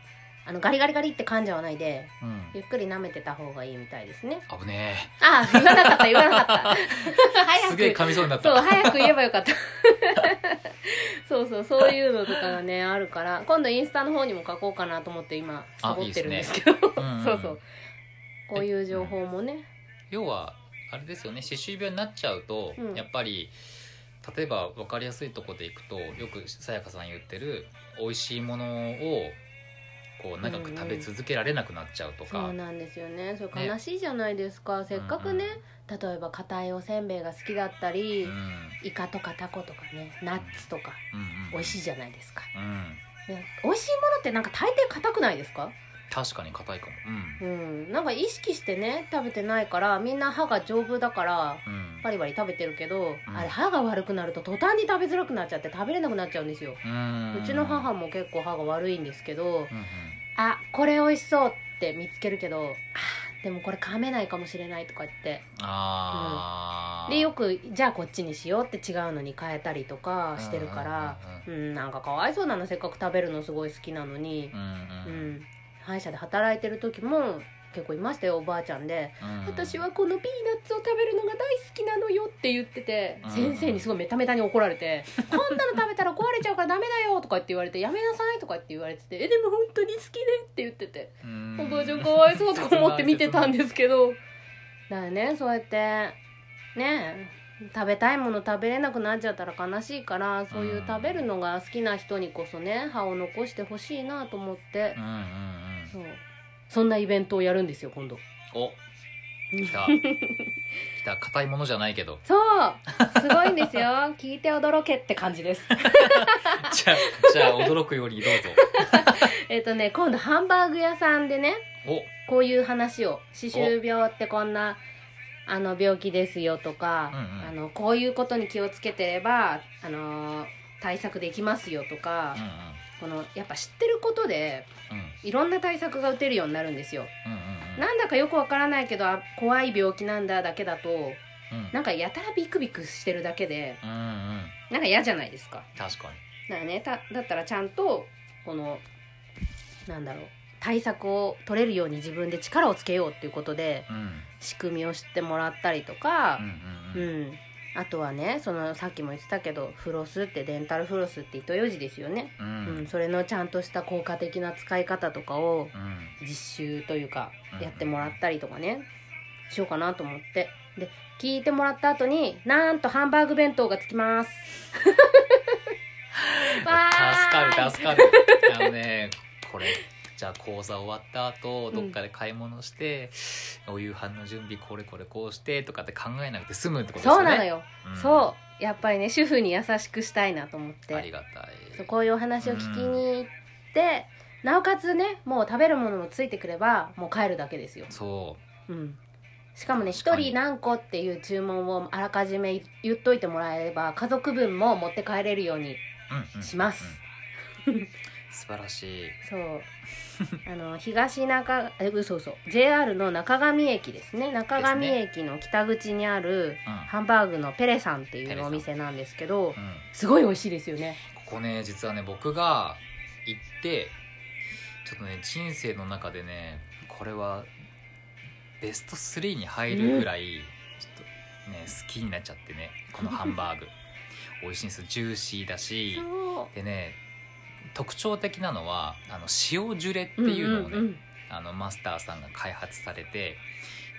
S1: あのガリガリガリって噛んじゃわないで
S2: うん
S1: ゆっくり舐めてた方がいいみたいですね
S2: 危ね
S1: ああ言わなかった言わなかった
S2: え
S1: 早
S2: すげえ
S1: く
S2: 噛みそうになっ
S1: そう
S2: た
S1: 早く言えばよかった そうそうそういうのとかがねあるから今度インスタの方にも書こうかなと思って今サボってるんですけど
S2: うんうん
S1: そうそうこういう情報もね
S2: 要はあれですよね歯周病になっちゃうと、
S1: うん
S2: やっぱり例えば分かりやすいとこでいくとよくさやかさん言ってる美味しいものをこう長く食べ続けられなくなっちゃうとか、
S1: そうなんですよねそれ
S2: ね
S1: 悲しいじゃないですか、せっかくね、例えば硬いおせんべいが好きだったり、
S2: うんうん
S1: イカとかタコとかねナッツとか
S2: うん
S1: 美味しい
S2: い、
S1: じゃないですか、
S2: うん、
S1: ね美味しいものってなんか大抵硬くないですか
S2: 確かに硬いかもうん
S1: うんなんか意識してね食べてないからみんな歯が丈夫だから
S2: うん
S1: バリバリ食べてるけど、
S2: うん
S1: あれ歯が悪くなると途端に食べづらくなっちゃって食べれなくなっちゃうんですよ、
S2: うん
S1: うちの母も結構歯が悪いんですけど、
S2: うんうん
S1: あこれ美味しそうって見つけるけどあでもこれ噛めないかもしれないとか言って
S2: あー
S1: でよくじゃあこっちにしようって違うのに変えたりとかしてるからうんなんかかわいそうなのせっかく食べるのすごい好きなのに
S2: う、んう
S1: う
S2: んうんうん
S1: ん、歯医者で働いてる時も結構いましたよおばあちゃんで、
S2: うん
S1: 私はこのピーナッツを食べるのが大好きなのよって言ってて、
S2: うん
S1: 先生にすごいメタメタに怒られ て「こんなの食べたら壊れちゃうからダメだよ」とかって言われて「やめなさい」とかって言われてて「えでも本当に好きで」って言ってて
S2: うん
S1: おばあちゃんかわいそうとか思って見てたんですけどだからねそうやってね食べたいもの食べれなくなっちゃったら悲しいからそういう食べるのが好きな人にこそね歯を残してほしいなと思って
S2: うんうんうん
S1: そうそんなイベントをやるんですよ今度
S2: お来 た来た硬いものじゃないけど
S1: そうすごいんですよ 聞いて驚けって感じです
S2: じゃあじゃあ驚くよりどうぞ
S1: えっとね今度ハンバーグ屋さんでね
S2: お
S1: こういう話を歯周病ってこんなあの病気ですよとか、
S2: うんうん
S1: あのこういうことに気をつけてればあのー対策できますよとか
S2: うん、
S1: このやっぱ知ってることで
S2: うん
S1: いろんな対策が打てるようになるんですよ。
S2: うんうんうん
S1: なんだかよくわからないけどあ怖い病気なんだだけだと
S2: うん
S1: なんかやたらビクビクしてるだけで
S2: うんうん
S1: なんか嫌じゃないですか。
S2: 確か
S1: だからねただったらちゃんとこのなんだろう対策を取れるように自分で力をつけようっていうことで
S2: にうん
S1: 仕組みを知ってもらったりとか
S2: う、んう
S1: うん
S2: うん
S1: ん、あとはねそのさっきも言ってたけどフロスってデンタルフロスって糸ようじですよね、
S2: う
S1: うん
S2: んうん
S1: それのちゃんとした効果的な使い方とかを
S2: うん
S1: 実習というか
S2: うん
S1: やってもらったりとかねしようかなと思ってで聞いてもらった後になんとハンバーグ弁当がつきます わーい
S2: 助かる助かるあのねこれじゃあ講座終わった後どっかで買い物して、お夕飯の準備これこれこうしてとかって考えなくて済むってことです
S1: そ
S2: よね
S1: うなのよ、
S2: ん
S1: そうやっぱりね主婦に優しくしたいなと思って
S2: ありがたい
S1: そうこういうお話を聞きに行って、なおかつねもう食べるものもついてくればもう帰るだけですよ、
S2: そ
S1: うん、しかもね
S2: 確
S1: 一
S2: かに
S1: 人何個っていう注文をあらかじめ言っといてもらえれば家族分も持って帰れるように
S2: う、うんうん
S1: します
S2: うん 素晴らしい
S1: そうあの東中え嘘嘘 JR の中上駅ですね中上駅の北口にある
S2: うん
S1: ハンバーグのペレさんって
S2: ペ
S1: い
S2: レ
S1: う
S2: さん
S1: お店なんですけど
S2: うん
S1: すごい美味しいですよね
S2: ここね実はね僕が行ってちょっとね人生の中でねこれはベスト3に入るぐらい、ちょっとね好きになっちゃってねこのハン バーグ美味しいんですジューシーだし
S1: そう
S2: でね特徴的なのはあの塩ジュレっていうのをね、
S1: んんん
S2: あのマスターさんが開発されて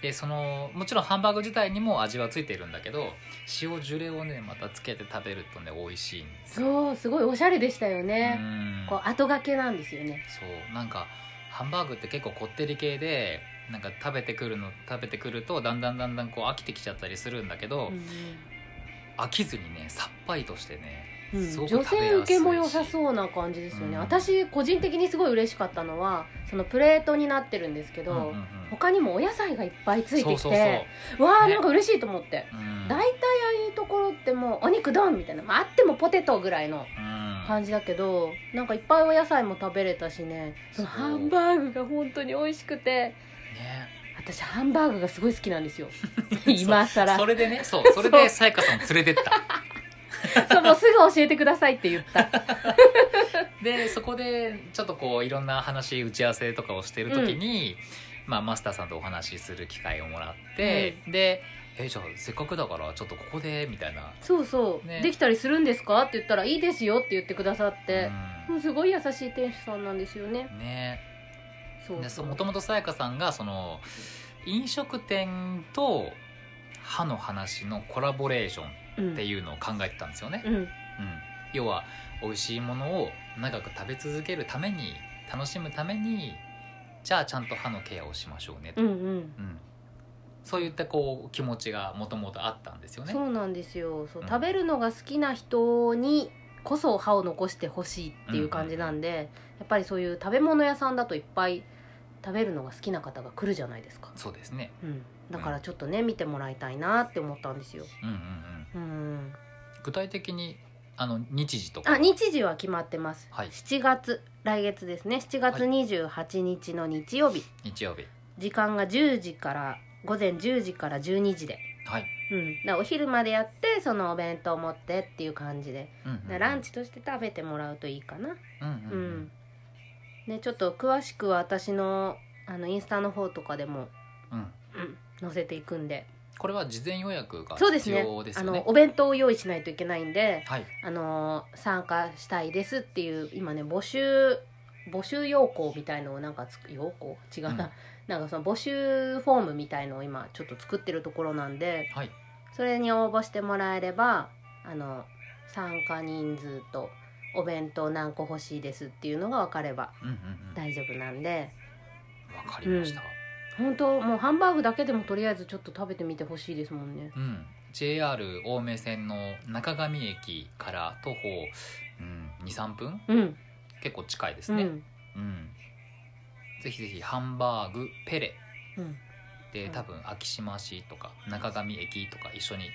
S2: でそのもちろんハンバーグ自体にも味はついてるんだけど塩ジュレをねまたつけて食べるとね美味しいんですよ
S1: そうすごいおしゃれでしたよね、
S2: うん
S1: こう後掛けなんですよね
S2: そうなんかハンバーグって結構こってり系でなんか食べてくるの食べてくるとだんだんだんだんこう飽きてきちゃったりするんだけど、飽きずにねさっぱりとしてね
S1: うん
S2: すごく
S1: 女
S2: 食べやす
S1: 性
S2: い
S1: 受けも良さそうな感じですよね、
S2: うん
S1: 私個人的にすごい嬉しかったのはそのプレートになってるんですけど、
S2: うんうんうん
S1: 他にもお野菜がいっぱいついてきて
S2: そうそうそう、
S1: わあ
S2: ね
S1: なんか嬉しいと思って、
S2: うん
S1: 大体ああいうところってもうお肉丼みたいな、まあ、あってもポテトぐらいの
S2: うん
S1: 感じだけどなんかいっぱいお野菜も食べれたしねその
S2: そう
S1: ハンバーグが本当に美味しくて
S2: ね
S1: 私ハンバーグがすごい好きなんですよ今更
S2: そ
S1: そ
S2: それでねそうそれでさやかさんを連れてった
S1: うもうすぐ教えてくださいって言った
S2: でそこでちょっとこういろんな話打ち合わせとかをしてる時に、まあ、マスターさんとお話しする機会をもらって、で「えじゃあせっかくだからちょっとここで」みたいな。
S1: そうそう、
S2: ね
S1: できたりするんですかって言ったらいいですよって言ってくださって、
S2: う
S1: もうすごい優しい店主さんなんですよね
S2: んね
S1: そう
S2: でそもともとさやかさんがその飲食店と歯の話のコラボレーション
S1: うん
S2: っていうのを考えてたんですよね、
S1: うん
S2: うん、要は美味しいものを長く食べ続けるために楽しむためにじゃあちゃんと歯のケアをしましょうねと
S1: うんうん
S2: うん、そういったこう気持ちがもともとあったんですよね。
S1: そうなんですよそう、
S2: うん
S1: 食べるのが好きな人にこそ歯を残してほしいっていう感じなんで、やっぱりそういう食べ物屋さんだといっぱい食べるのが好きな方が来るじゃないですか、
S2: そうですね。
S1: うん、だからちょっとね見てもらいたいなって思ったんですよ
S2: うんうんうん。
S1: うん
S2: 具体的にあの日時とか。
S1: あ日時は決まってます、
S2: はい
S1: 7月来月ですね7月28日の日曜日、
S2: 日曜日。
S1: 時間が10時から午前10時から12時で、
S2: はい。
S1: うん、だからお昼までやってそのお弁当持ってっていう感じで
S2: うんうんうん
S1: だからラン。チとして食べてもらうといいかな
S2: うんう
S1: うん
S2: ん、うん
S1: ねちょっと詳しくは私のあのインスタの方とかでも、
S2: うん。
S1: うん、載せていくんで
S2: これは事前予約が
S1: そうです
S2: 必
S1: ね
S2: 要です
S1: あ
S2: よね。
S1: のお弁当を用意しないといけないんで
S2: はい。
S1: あの参加したいですっていう今ね募集募集要項みたいのをなんかつく要項違うな、
S2: うん
S1: なんかその募集フォームみたいのを今ちょっと作ってるところなんで
S2: はい。
S1: それに応募してもらえればあの参加人数とお弁当何個欲しいですっていうのが分かれば
S2: うんうんうん。
S1: 大丈夫なんで
S2: わかりました。
S1: 本当もうハンバーグだけでもとりあえずちょっと食べてみてほしいですもんね
S2: うん。JR 青梅線の中上駅から徒歩、うん、23分
S1: うん
S2: 結構近いです
S1: う
S2: ね、
S1: ん
S2: うんぜひぜひハンバーグペレ
S1: うん
S2: で
S1: うん
S2: 多分昭島市とか中上駅とか一緒に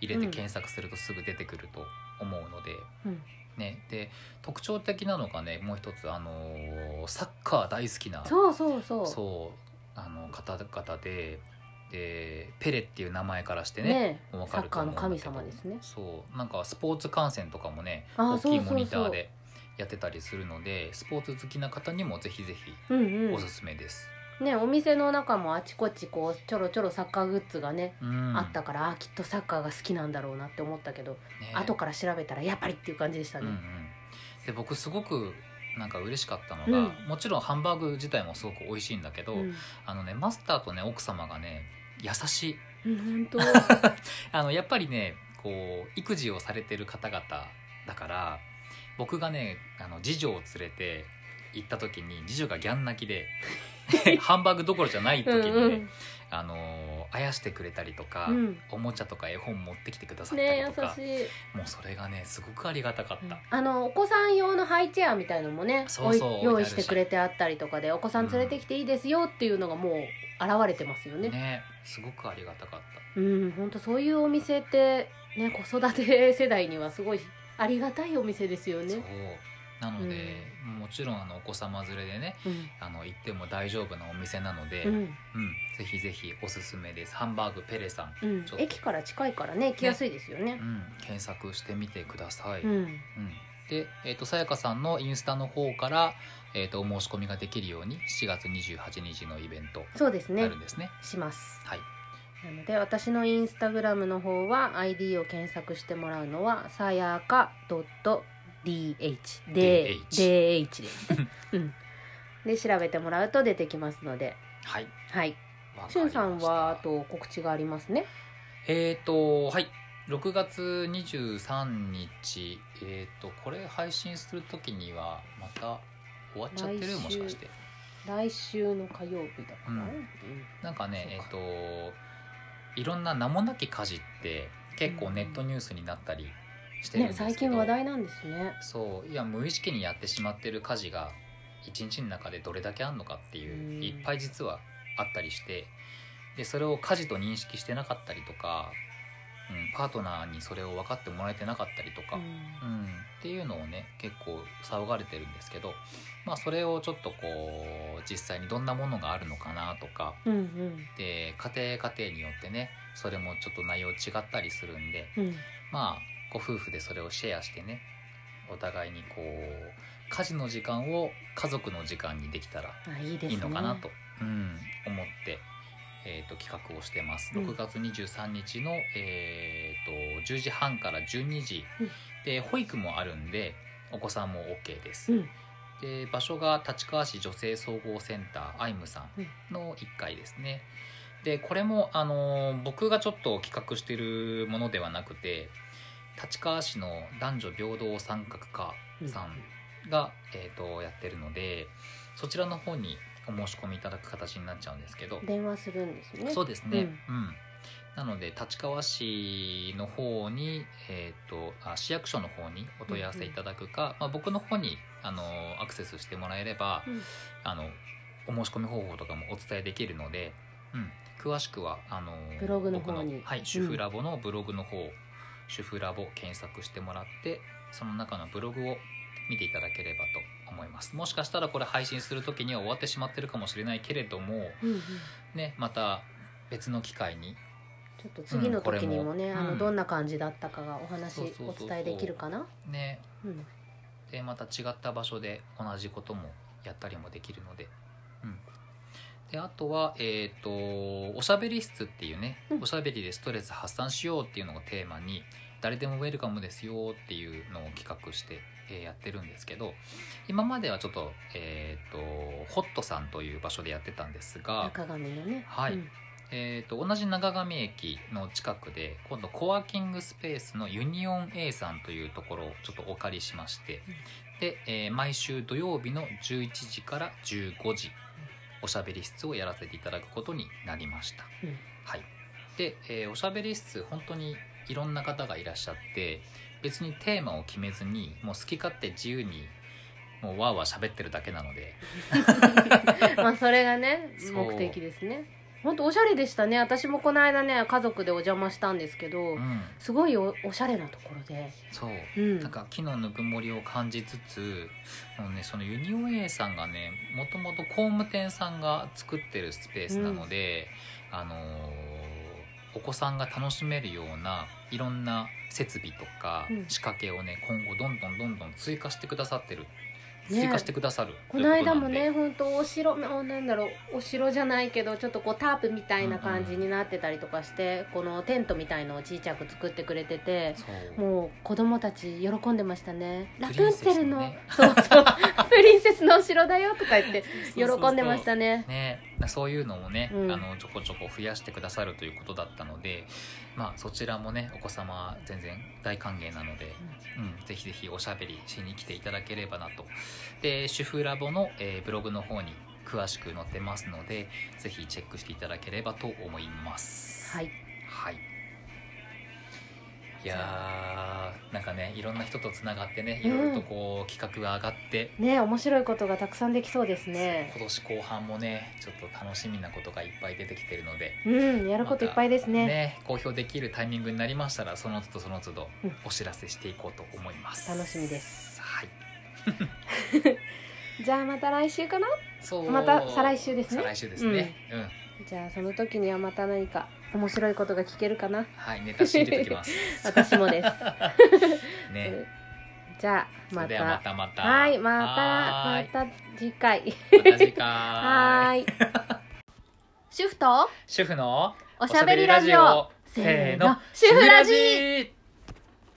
S2: 入れて検索するとすぐ出てくると思うので、
S1: うん
S2: ね、で特徴的なのがねもう一つ、あのーサッカー大好きな
S1: そうそうそう
S2: そうあの方々ででペレっていう名前からしてね
S1: ね
S2: もうわ
S1: サッ
S2: かる
S1: カー
S2: と思
S1: の
S2: うんだけど
S1: 神様ですね
S2: そうなんかスポーツ観戦とかもね
S1: あー
S2: 大きい
S1: そうそうそう
S2: モニターでやってたりするのでスポーツ好きな方にもぜひぜひ
S1: うんうん
S2: おすすめです。
S1: ね、お店の中もあちこちこうちょろちょろサッカーグッズがね、
S2: うん
S1: あったからあーきっとサッカーが好きなんだろうなって思ったけど、
S2: ね
S1: 後から調べたらやっぱりっていう感じでした
S2: うん
S1: ね、
S2: うん、で僕すごくなんか嬉しかったのが、
S1: うん
S2: もちろんハンバーグ自体もすごく美味しいんだけど、
S1: うん
S2: あのねマスターとね奥様がね優しい
S1: うん、本 当
S2: あのやっぱりねこう育児をされてる方々だから僕がねあの次女を連れて行った時に次女がギャン泣 きでハンバーグどころじゃない時にね
S1: うん
S2: あのあやしてくれたりとか、
S1: うん
S2: おもちゃとか絵本持ってきてくだ
S1: う
S2: さ
S1: ん、
S2: ったり
S1: ね
S2: とか、
S1: 優しい、
S2: もうそれがねすごくありがたかった。
S1: あのお子さん用のハイチェアみたいのもね
S2: そうそう
S1: おい用意してくれてあったりとかでお子さん連れてきていいですよっていうのがもう現れてますよね
S2: ねすごくありがたかっ
S1: う
S2: た
S1: ん本当そういうお店って、ね、子育て世代にはすごいありがたいお店ですよ
S2: そう
S1: ね
S2: なので、もちろんあのお子様連れでね
S1: うん
S2: あの行っても大丈夫なお店なので、
S1: う
S2: うん
S1: ん
S2: ぜひぜひおすすめですハンバーグペレさ
S1: う
S2: ん、
S1: ん
S2: ちょっと
S1: 駅から近いからね行きやすいですよね
S2: うん、検索してみてください、
S1: う
S2: うん
S1: ん
S2: で、えー、とさやかさんのインスタの方から、えー、とお申し込みができるように7月28日のイベント
S1: そうです
S2: にな
S1: ね
S2: るんですね
S1: します
S2: はい
S1: なので私のインスタグラムの方は ID を検索してもらうのはさやか .dh
S2: DH
S1: DH ですねうんで調べてもらうと出てきますので
S2: はい
S1: はい
S2: わかりまし
S1: しゅ
S2: た
S1: んさんはあと告知がありますね
S2: えーとはい6月23日えーとこれ配信する時にはまた終わっちゃっ
S1: 来
S2: てる
S1: 週
S2: もしかして
S1: 来週の火曜日だから、
S2: うん
S1: うん
S2: なんかねえ
S1: そ
S2: ー
S1: う
S2: といろんな名もなき家事って結構
S1: うん
S2: ネットニュースになったりしてるん
S1: ね
S2: ですけど、
S1: 最近話題なんですね
S2: そういや無意識にやってしまってる家事が一日の中でどれだけあんのかっていう、
S1: うん
S2: いっぱい実はあったりしてでそれを家事と認識してなかったりとかうん、パートナーにそれを分かってもらえてなかったりとか、
S1: うん
S2: うん、っていうのをね結構騒がれてるんですけど、まあ、それをちょっとこう実際にどんなものがあるのかなとか
S1: うんうん
S2: で家庭家庭によってねそれもちょっと内容違ったりするんで
S1: うん
S2: まあご夫婦でそれをシェアしてねお互いにこう家事の時間を家族の時間にできたら
S1: あいいですね
S2: いいのかなと、うん、思って、えー、と企画をしてます
S1: うん
S2: 6月23日の、えー、と10時半から12時、
S1: うん
S2: で保育もあるんでお子さんも OK です、
S1: うん
S2: で場所が立川市女性総合センターアイムさんの1階ですねでこれも、あのー僕がちょっと企画してるものではなくて立川市の男女平等参画課さんが、えー、とやってるのでそちらの方にお申し込みいただく形になっちゃうんですけど
S1: 電話するんですね
S2: そうですね、うんなので立川市の方に、えー、とあ市役所の方にお問い合わせいただくか、まあ、僕の方にあのアクセスしてもらえれば、
S1: うん
S2: あのお申し込み方法とかもお伝えできるので、うん、詳しくはあの
S1: ブログの方に
S2: 僕はい、主婦ラボのブログの方、主婦ラボ検索してもらってその中のブログを見ていただければと思いますもしかしたらこれ配信する時には終わってしまってるかもしれないけれども、
S1: うんうん
S2: ね、また別の機会に
S1: ちょっと次の時にもね、
S2: うんこれ
S1: あ
S2: もう
S1: の
S2: ん
S1: どんな感じだったかがお話
S2: そうそうそ
S1: お
S2: うそう
S1: 伝えできるかな
S2: ね
S1: うん
S2: でまた違った場所で同じこともやったりもできるので、うん、であとは、えーと「おしゃべり室」っていうね、
S1: うん
S2: おしゃべりでストレス発散しようっていうのをテーマに誰でもウェルカムですよっていうのを企画して、えーやってるんですけど今まではちょっと,、えー、とホットさんという場所でやってたんですが、
S1: 中上のね
S2: はい
S1: うん
S2: えー、と同じ長亀駅の近くで今度コワーキングスペースのユニオン A さんというところをちょっとお借りしまして、
S1: うん
S2: で、えー毎週土曜日の11時から15時おしゃべり室をやらせていただくことになりました、
S1: うん
S2: はいで、えーおしゃべり室本当にいろんな方がいらっしゃって別にテーマを決めずにもう好き勝手自由にもうわーわー喋ってるだけなので
S1: まあそれがね
S2: そう
S1: 目的ですね本当おしゃれでしたね私もこの間ね家族でお邪魔したんですけど、
S2: うん
S1: すごいおおしゃれなところで、
S2: そう
S1: うん、
S2: なんか木のぬくもりを感じつつもう、ね、そのユニオン A さんがねもともと工務店さんが作ってるスペースなので、あのーお子さんが楽しめるようないろんな設備とか
S1: うん
S2: 仕掛けをね、今後どんどんどんどん追加してくださってる
S1: ね
S2: 追加してくださる、
S1: この間も
S2: とい
S1: ね
S2: う
S1: 本当お城あなんだろうお城じゃないけどちょっとこうタープみたいな感じになってたりとかして、このテントみたいのをちいちゃく作ってくれてて
S2: ことなんでそう
S1: もう子供たち喜んでましたねラ
S2: プ
S1: プ
S2: リン
S1: ンツ
S2: セ
S1: ェ
S2: ス
S1: ル
S2: の
S1: の
S2: ね
S1: そうそうプリンセスのお城だよとか言って喜
S2: そうそうそうん
S1: でましたね
S2: ね、そういうのもね、
S1: うん
S2: あのちょこちょこ増やしてくださるということだったので、まあ、そちらもねお子様全然大歓迎なので、うんぜひぜひおしゃべりしに来ていただければなとで主婦ラボの、えーブログの方に詳しく載ってますのでぜひチェックしていただければと思います
S1: はい
S2: はい、いやーなんかねいろんな人とつながってねいろいろとこう企画が上がって、
S1: ね面白いことがたくさんできそうですね
S2: 今年後半もねちょっと楽しみなことがいっぱい出てきてるので
S1: うんやることいっぱいですね,、
S2: ね公表できるタイミングになりましたらその都度その都度
S1: うん
S2: お知らせしていこうと思います、
S1: 楽しみです
S2: はい
S1: じゃあまた来週かな
S2: そう
S1: また再来週ですね
S2: 再来週ですねうん、
S1: じゃあその時にはまた何か面白いことが聞けるか な
S2: はいネタ仕入れてきます
S1: 私もです
S2: ね
S1: じゃあ
S2: そ
S1: ま
S2: れで
S1: た
S2: はまたまた
S1: はいま
S2: はーい
S1: たまた次回
S2: また次回
S1: は ーい主婦と
S2: 主婦の
S1: おしゃべりラジオ
S2: せー
S1: せー
S2: の
S1: の主婦ラジ
S2: ー